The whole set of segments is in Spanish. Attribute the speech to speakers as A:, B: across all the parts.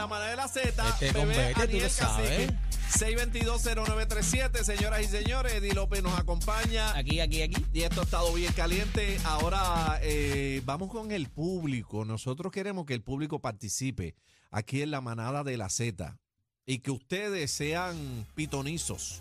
A: La manada de la Z,
B: Este
A: bebé
B: compete, tú
A: Aniel
B: lo sabes.
A: Cacique, 622-0937, señoras y señores, Eddie López nos acompaña
B: Aquí, aquí, aquí.
A: y esto ha estado bien caliente. Ahora eh, vamos con el público. Nosotros queremos que el público participe aquí en la manada de la Z y que ustedes sean pitonizos.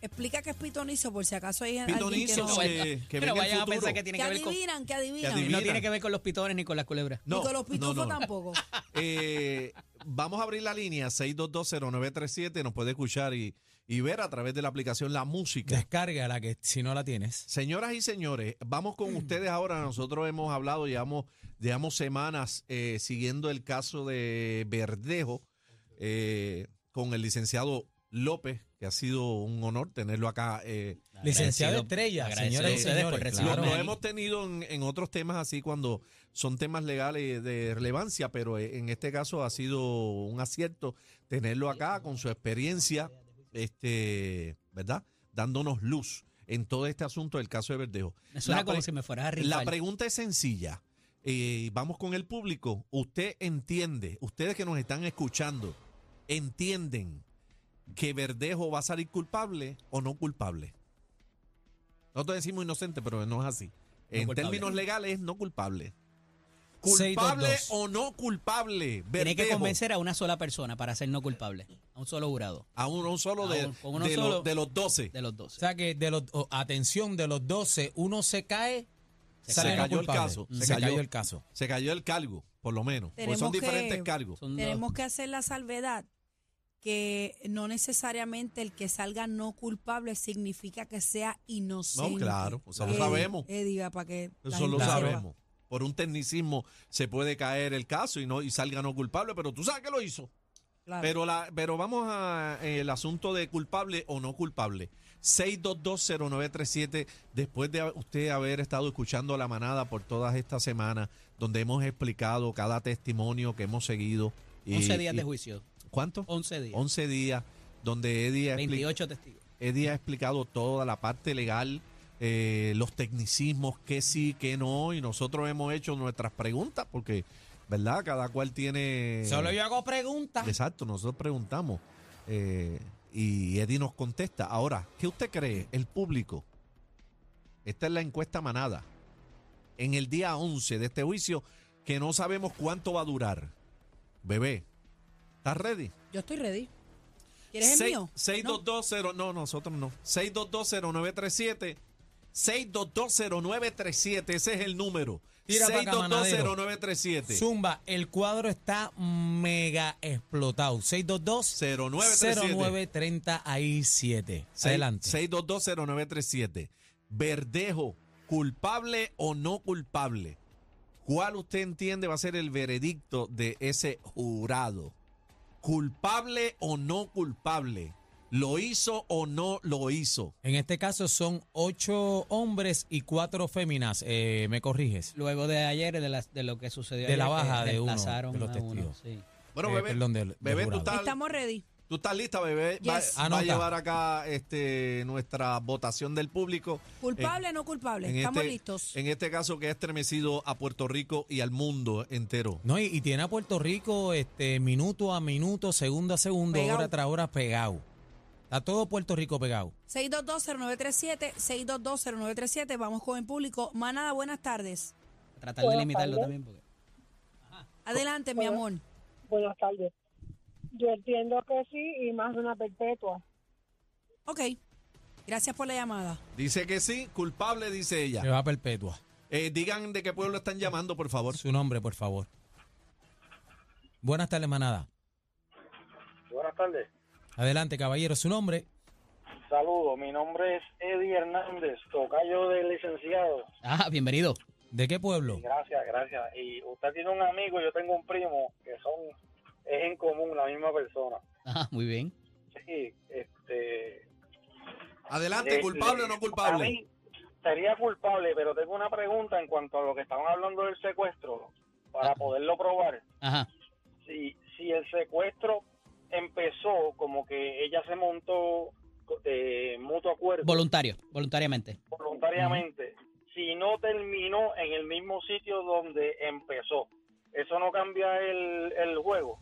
C: Explica qué es pitonizo, por si acaso hay alguien que
A: Pitonizo,
C: no...
A: Pitonizo, eh, que
B: que
A: venga
B: no
A: el
B: vayan a
A: futuro.
B: pensar que tiene
C: Que
B: que ver con.
C: adivinan, que adivinan.
A: Que adivinan.
B: No tiene que ver con los pitones ni con las culebras.
C: Ni con los pitufos
A: no, no.
C: tampoco.
A: Eh, vamos a abrir la línea 6220937, nos puede escuchar y, y ver a través de la aplicación la música.
B: Descarga la que si no la tienes.
A: Señoras y señores, vamos con ustedes ahora. Nosotros hemos hablado, llevamos, llevamos semanas eh, siguiendo el caso de Verdejo eh, con el licenciado López, que ha sido un honor tenerlo acá. eh.
B: Licenciado
D: Agradecido-
B: Estrella,
D: agradecido
B: señoras y
D: a ustedes
B: señores,
D: por
B: pues, Claro.
A: Lo-
D: recibirnos
A: lo
D: aquí.
A: hemos tenido en, en otros temas así cuando son temas legales de relevancia, pero eh, en este caso ha sido un acierto tenerlo acá con su experiencia, este, ¿verdad? Dándonos luz en todo este asunto del caso de Verdejo.
B: Me suena
A: La
B: como
A: pre-
B: si me fueras
A: La
B: a rifar.
A: pregunta es sencilla. Eh, vamos con el público. Usted entiende, ustedes que nos están escuchando, entienden que Verdejo va a salir culpable o no culpable. Nosotros decimos inocente, pero no es así. en
B: culpable.
A: términos legales, no culpable.
B: Seis, dos,
A: Culpable
B: dos.
A: o no culpable.
B: Tiene que
A: Verdejo.
B: convencer a una sola persona para ser no culpable. A un solo jurado.
A: a uno, un solo,
B: A
A: de,
B: un- con uno
A: de,
B: solo.
A: los- de los 12.
B: De los
D: O
B: dos.
D: sea que de los o- atención, de los 12, uno se cae,
B: Se
D: sale
A: cayó
D: no
A: el
D: culpable.
A: caso, se
D: Se, cayó.
A: cayó.
D: el caso.
A: Se cayó el cargo, por lo menos. Porque son
C: Tenemos que-
A: diferentes cargos.
B: Son dos.
C: Tenemos que hacer la salvedad que no necesariamente el que salga no culpable significa que sea inocente.
A: No, claro, eso lo
C: Eh,
A: sabemos.
C: eh, diga, para que la
A: Eso
C: gente
A: lo
C: sepa.
A: sabemos. Por un tecnicismo se puede caer el caso y no y salga no culpable, pero tú sabes que lo hizo.
C: Claro.
A: Pero la pero vamos a eh, el asunto de culpable o no culpable. 6220937 después de usted haber estado escuchando la manada por todas estas semanas donde hemos explicado cada testimonio que hemos seguido y-
B: 11 días
A: y-
B: de juicio.
A: ¿Cuánto?
B: 11 días.
A: 11 días donde Eddie ha explicado
B: 28 testigos.
A: Eddie ha explicado toda la parte legal, eh, los tecnicismos, qué sí, qué no, y nosotros hemos hecho nuestras preguntas, porque, ¿verdad? Cada cual tiene...
D: Solo yo hago preguntas.
A: Exacto, nosotros preguntamos eh, y Eddie nos contesta. Ahora, ¿qué usted cree, el público? Esta es la encuesta manada. En el día 11 de este juicio, que no sabemos cuánto va a durar. Bebé, ¿estás ready?
C: Yo estoy ready. ¿Quieres el
A: Seis-
C: mío?
A: 6220937. No, nosotros no. 6220937. 6220937. Ese es el número.
D: Tira pa' acá,
A: 6220937.
D: Zumba, el cuadro está mega explotado. 622
A: 0937.
D: 0930 ahí 7. Adelante.
A: 6220937. Verdejo, culpable o no culpable. ¿Cuál usted entiende va a ser el veredicto de ese jurado? ¿Culpable o no culpable? ¿Lo hizo o no lo hizo?
D: En este caso son 8 hombres y 4 féminas. Eh, me corriges.
B: Luego de ayer, de, las- de lo que sucedió.
D: De
B: ayer,
D: la
B: que
D: baja de uno,
B: reemplazaron
D: de los
B: a
D: testigos.
B: sí.
A: Bueno,
D: Eh,
A: bebé,
D: perdón, del- del
A: bebé, tú
D: jurado.
A: estás,
C: Estamos ready.
A: tú estás lista, bebé. Va,
C: Yes.
A: va a
D: Anota.
A: llevar acá este, nuestra votación del público.
C: ¿Culpable o no culpable?
A: Eh, En
C: Estamos
A: este-
C: listos.
A: En este caso que ha estremecido a Puerto Rico y al mundo entero.
D: No, y, y tiene a Puerto Rico este minuto a minuto, segundo a segundo,
C: Pegao.
D: hora tras hora pegado. Está todo Puerto Rico pegado.
C: 6220937, 6220937, vamos con el público. Manada, buenas tardes.
B: Tratar de
E: Buenas
B: limitarlo
E: tardes.
B: también. Porque...
C: Adelante, mi amor.
E: Buenas tardes. Yo entiendo que sí y más de una perpetua.
C: Ok, gracias por la llamada.
A: Dice que sí, culpable, dice
D: Se
A: ella.
D: va perpetua.
A: Eh, digan de qué pueblo están llamando, por favor.
D: Su nombre, por favor. Buenas tardes, manada.
F: Buenas tardes.
D: Adelante, caballero. Su nombre.
F: Saludos, mi nombre es Eddie Hernández, tocayo del licenciado.
B: Ah, bienvenido.
D: ¿De qué pueblo?
F: Gracias, gracias. Y usted tiene un amigo, yo tengo un primo, que son, es en común la misma persona.
B: Ah, muy bien.
F: Sí, este...
A: Adelante,
F: le-
A: culpable
F: le-
A: o no
F: a
A: culpable.
F: mí sería culpable, pero tengo una pregunta en cuanto a lo que estaban hablando del secuestro,
A: Ah.
F: para poderlo probar.
B: Ajá.
F: si, si el secuestro empezó como que ella se montó de mutuo acuerdo
B: Voluntario, voluntariamente.
F: voluntariamente, si no terminó en el mismo sitio donde empezó, eso no cambia el, el juego.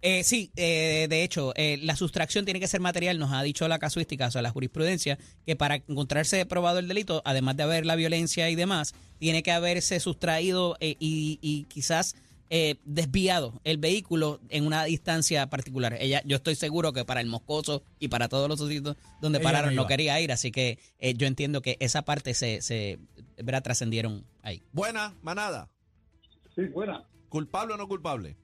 B: Eh, sí, eh, de hecho, eh, la sustracción tiene que ser material, nos ha dicho la casuística, o sea, la jurisprudencia, que para encontrarse probado el delito, además de haber la violencia y demás, tiene que haberse sustraído eh, y, y quizás eh, desviado el vehículo en una distancia particular. Ella, yo estoy seguro que para el moscoso y para todos los sitios donde
D: Ella no
B: pararon no,
D: iba.
B: quería ir, así que eh, yo entiendo que esa parte se, se ¿verdad? trascendieron ahí.
A: Buena, manada.
G: Sí, buena.
A: ¿Culpable o no culpable?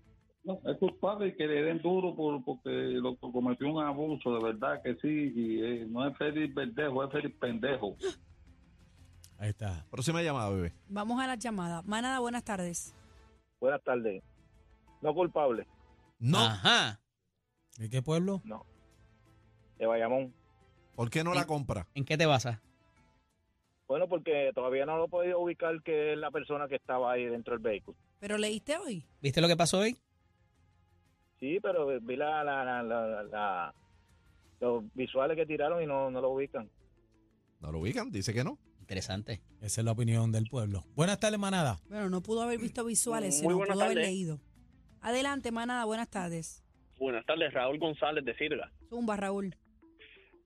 G: No, es culpable que le den duro por, porque lo que cometió un abuso, de verdad que sí. Y eh, no es Félix Verdejo, es Félix Pendejo.
D: Ahí está.
A: Próxima llamada, bebé.
C: Vamos a la llamada. Manada, buenas tardes.
F: Buenas tardes. No culpable,
A: No.
B: Ajá.
D: ¿De qué pueblo?
F: de Bayamón.
A: ¿Por qué no la compra?
B: ¿En qué te basas?
F: Bueno, porque todavía no lo he podido ubicar que es la persona que estaba ahí dentro del vehículo.
C: ¿Pero leíste hoy?
B: ¿Viste lo que pasó hoy?
F: Sí, pero vi la, la, la- la- la- los visuales que tiraron y no, no lo ubican.
A: No lo ubican, dice que no.
B: Interesante.
D: Esa es la opinión del pueblo. Buenas tardes, manada.
C: Bueno, no pudo haber visto visuales,
F: Muy
C: sino pudo
F: buenas
C: haber
F: tardes.
C: leído. Adelante, manada, buenas tardes.
F: Buenas tardes, Raúl González de Sirga.
C: Zumba, Raúl.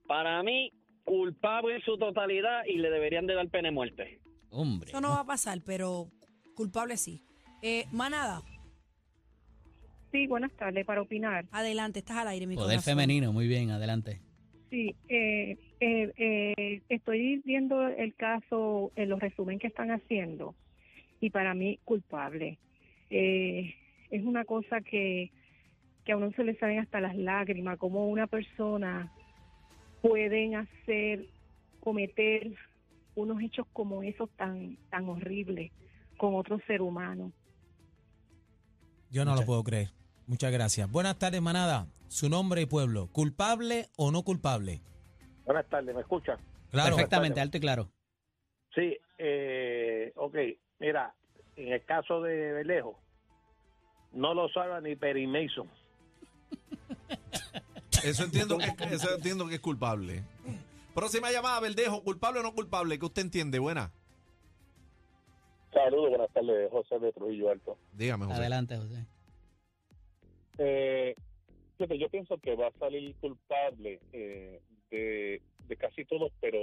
F: Para mí, culpable en su totalidad y le deberían de dar pena de muerte.
B: Hombre.
C: Eso no va a pasar, pero culpable sí. Eh, manada,
E: Sí, buenas tardes, para opinar.
C: adelante, estás al aire, mi
B: Poder
C: corazón.
B: femenino, muy bien, adelante.
E: Sí, eh, eh, eh, estoy viendo el caso, en los resumen que están haciendo, y para mí culpable. Eh, es una cosa que, que a uno se le salen hasta las lágrimas, cómo una persona pueden hacer, cometer unos hechos como esos tan, tan horribles con otro ser humano.
D: Yo no lo
B: Muchas-
D: puedo creer. Muchas gracias. Buenas tardes, manada. Su nombre y pueblo. ¿Culpable o no culpable?
F: Buenas tardes, ¿me escuchan?
D: Claro.
B: Perfectamente, alto y claro.
F: Sí, eh, ok. Mira, en el caso de Belejo, no lo salva ni Perry Mason.
A: Eso entiendo que, eso entiendo que es culpable. Próxima llamada, Verdejo. ¿Culpable o no culpable? ¿Qué usted entiende? Buena.
F: Saludos, buenas tardes, José de Trujillo Alto.
A: Dígame, José.
B: Adelante, José.
H: Eh, fíjate, yo pienso que va a salir culpable eh, de, de casi todo, pero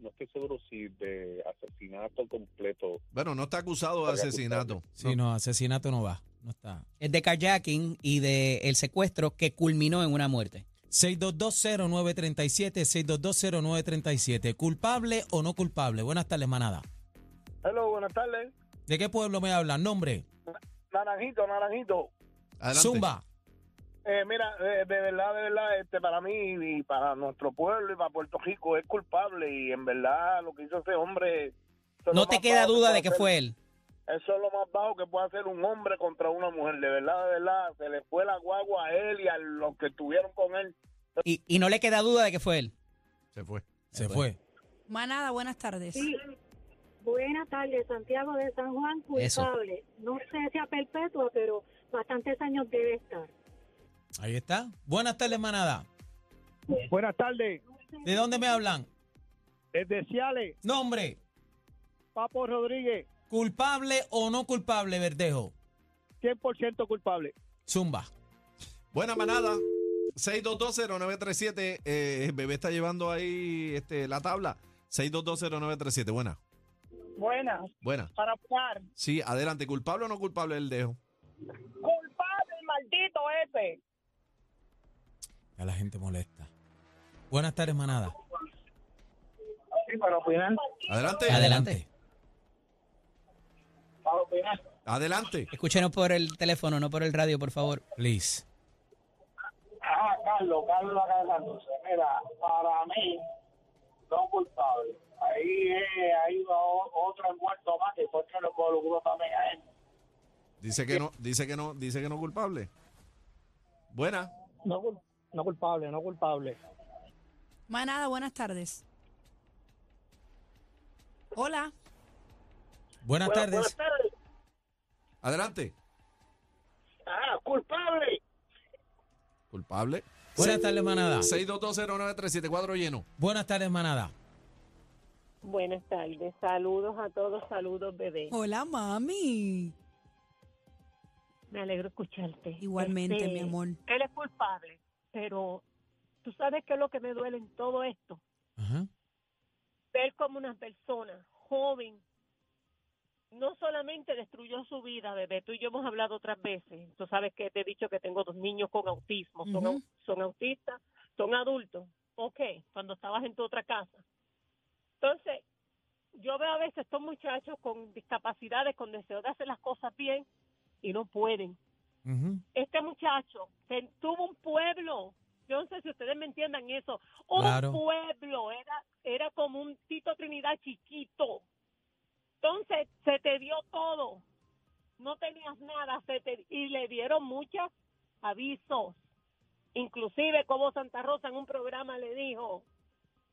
H: no estoy seguro si de asesinato completo.
A: Bueno, no está acusado de
H: Está
A: asesinato.
D: Sí, no, asesinato no va. No está.
B: Es de carjacking y de el secuestro que culminó en una muerte.
D: 6220937, 6220937. ¿Culpable o no culpable? Buenas tardes, manada.
F: Hello, buenas tardes.
D: ¿De qué pueblo me hablan? Nombre.
F: Naranjito, naranjito.
A: Adelante.
D: Zumba.
F: Eh, mira, eh, de verdad, de verdad, este, para mí y para nuestro pueblo y para Puerto Rico es culpable y en verdad lo que hizo ese hombre... eso es lo
B: No te
F: más
B: queda
F: bajo
B: duda
F: puede
B: de que
F: hacer.
B: fue él.
F: Eso es lo más bajo que puede hacer un hombre contra una mujer. De verdad, de verdad, se le fue la guagua a él y a los que estuvieron con él.
B: Y, y no le queda duda de que fue él.
A: Se fue.
D: Se fue.
C: Manada, buenas tardes.
E: Buenas tardes, Santiago de San Juan,
B: Eso.
E: culpable. No sé si a perpetua, pero bastantes años debe estar.
D: Ahí está. Buenas tardes, manada.
F: Buenas tardes,
D: ¿De dónde me hablan?
F: desde Ciales,
D: Nombre.
F: Papo Rodríguez,
D: ¿Culpable o no culpable, Verdejo?
F: 100% culpable.
D: Zumba.
A: Buena manada. 6220937. Eh, el bebé está llevando ahí este, la tabla. 6220937. Buena.
E: Buenas,
A: Buena.
E: para opinar.
A: Sí, adelante. ¿Culpable o no culpable el dejo?
E: Culpable el maldito ese.
D: Ya la gente molesta. Buenas tardes, manada.
F: Sí, para opinar,
A: Adelante.
B: Adelante.
F: para opinar.
A: Adelante.
B: Escúchenos por el teléfono, no por el radio, por favor.
D: Please.
F: Ah, Carlos, Carlos acá de Santurce. Mira, para mí, no culpable. Ahí eh, ahí va o- otro envuelto más que fue el que lo colocó también a él.
A: Dice que no, dice que no, dice que no culpable. Buena.
F: No, no culpable, no culpable.
C: Manada, buenas tardes. Hola,
D: Buenas tardes.
F: tardes.
A: Adelante.
F: Ah, culpable.
A: Culpable.
D: Buenas tardes, manada.
A: 6220937. Cuadro lleno.
D: Buenas tardes, manada.
E: Buenas tardes, saludos a todos, saludos bebé.
C: hola, mami.
I: Me alegro escucharte.
C: Igualmente,
I: Este,
C: mi amor.
I: Él es culpable, pero tú sabes que es lo que me duele en todo esto.
D: Ajá.
I: Ver como una persona joven no solamente destruyó su vida, bebé, tú y yo hemos hablado otras veces. Tú sabes que te he dicho que tengo dos niños con autismo, son, au-
C: Ujú.
I: son autistas, son adultos. Ok, cuando estabas en tu otra casa. Entonces, yo veo a veces estos muchachos con discapacidades, con deseo de hacer las cosas bien y no pueden
D: Ujú.
I: este muchacho se- tuvo un pueblo. Yo no sé si ustedes me entiendan eso. Un
D: Claro.
I: pueblo era, era como un Tito Trinidad chiquito. Entonces se te dio todo. No tenías nada se te- y le dieron muchos avisos. Inclusive como Santa Rosa en un programa le dijo,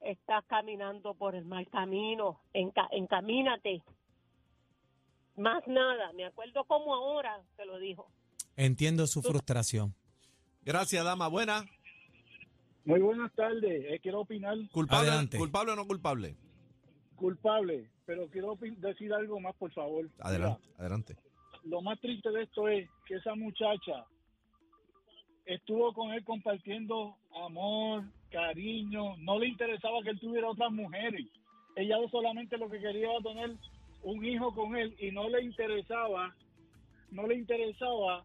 I: estás caminando por el mal camino, enca- encamínate. Más nada, me acuerdo como ahora se lo dijo.
D: Entiendo su frustración.
A: Gracias, dama. Buena.
F: Muy buenas tardes. Eh, quiero opinar
A: ¿Culpable,
D: Adelante.
A: culpable o no culpable?
F: culpable, pero quiero opi- decir algo más, por favor.
A: Adelante, adelante.
F: Mira, lo más triste de esto es que esa muchacha estuvo con él compartiendo amor, cariño. No le interesaba que él tuviera otras mujeres. Ella solamente lo que quería era tener un hijo con él y no le interesaba, no le interesaba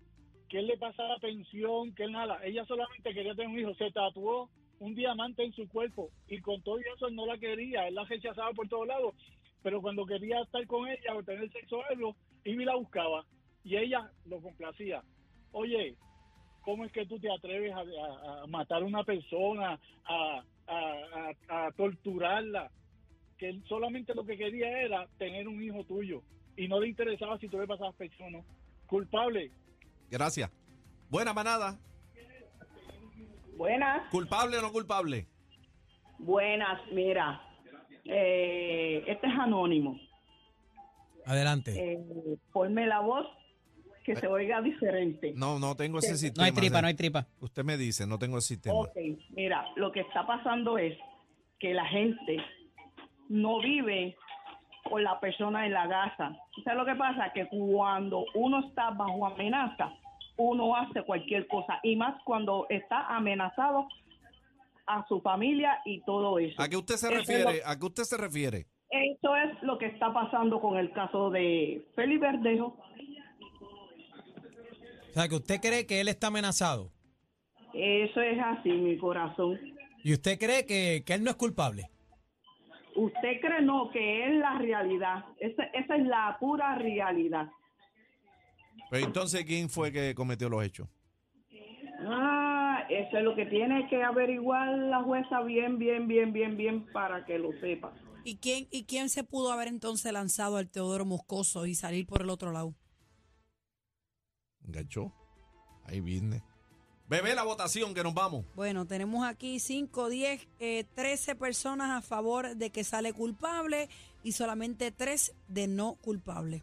F: que él le pasara pensión, que él nada. Ella solamente quería tener un hijo. Se tatuó un diamante en su cuerpo y con todo y eso él no la quería. Él la rechazaba por todos lados. Pero cuando quería estar con ella o tener sexo o algo, Ivy la buscaba y ella lo complacía. Oye, ¿cómo es que tú te atreves a, a- a matar a una persona, a, a- a- a torturarla? Que él solamente lo que quería era tener un hijo tuyo y no le interesaba si tú le pasabas pecho o no. Culpable.
A: Gracias. Buena manada.
J: Buenas,
A: ¿Culpable o no culpable?
J: buenas, mira. Eh, este es anónimo.
D: Adelante.
J: Eh, ponme la voz que se oiga diferente.
A: No, no tengo ese
B: No
A: sistema.
B: hay tripa,
A: o sea,
B: no hay tripa.
A: Usted me dice, no tengo el sistema.
J: Ok, mira, lo que está pasando es que la gente no vive con la persona en la casa. ¿Tú ¿Sabes lo que pasa? Que cuando uno está bajo amenaza, uno hace cualquier cosa. Y más cuando está amenazado a su familia y todo eso.
A: ¿A qué usted se
J: Eso es lo-
A: refiere? ¿A qué usted se refiere?
J: Eso es lo que está pasando con el caso de Félix Verdejo.
D: O sea, que usted cree que él está amenazado.
J: Eso es así, mi corazón.
D: Y usted cree que, que él no es culpable.
J: Usted cree no que es la realidad. Esa, esa es la pura realidad.
A: Pero Pues, entonces, ¿quién fue que cometió los hechos?
J: Ah, eso es lo que tiene que averiguar la jueza bien, bien, bien, bien, bien para que lo sepa.
C: ¿Y quién, ¿Y quién se pudo haber entonces lanzado al Teodoro Moscoso y salir por el otro lado?
A: Enganchó. Ahí viene. Bebé la votación, que nos vamos.
C: Bueno, tenemos aquí 5, 10, eh, 13 personas a favor de que sale culpable y solamente 3 de no culpable.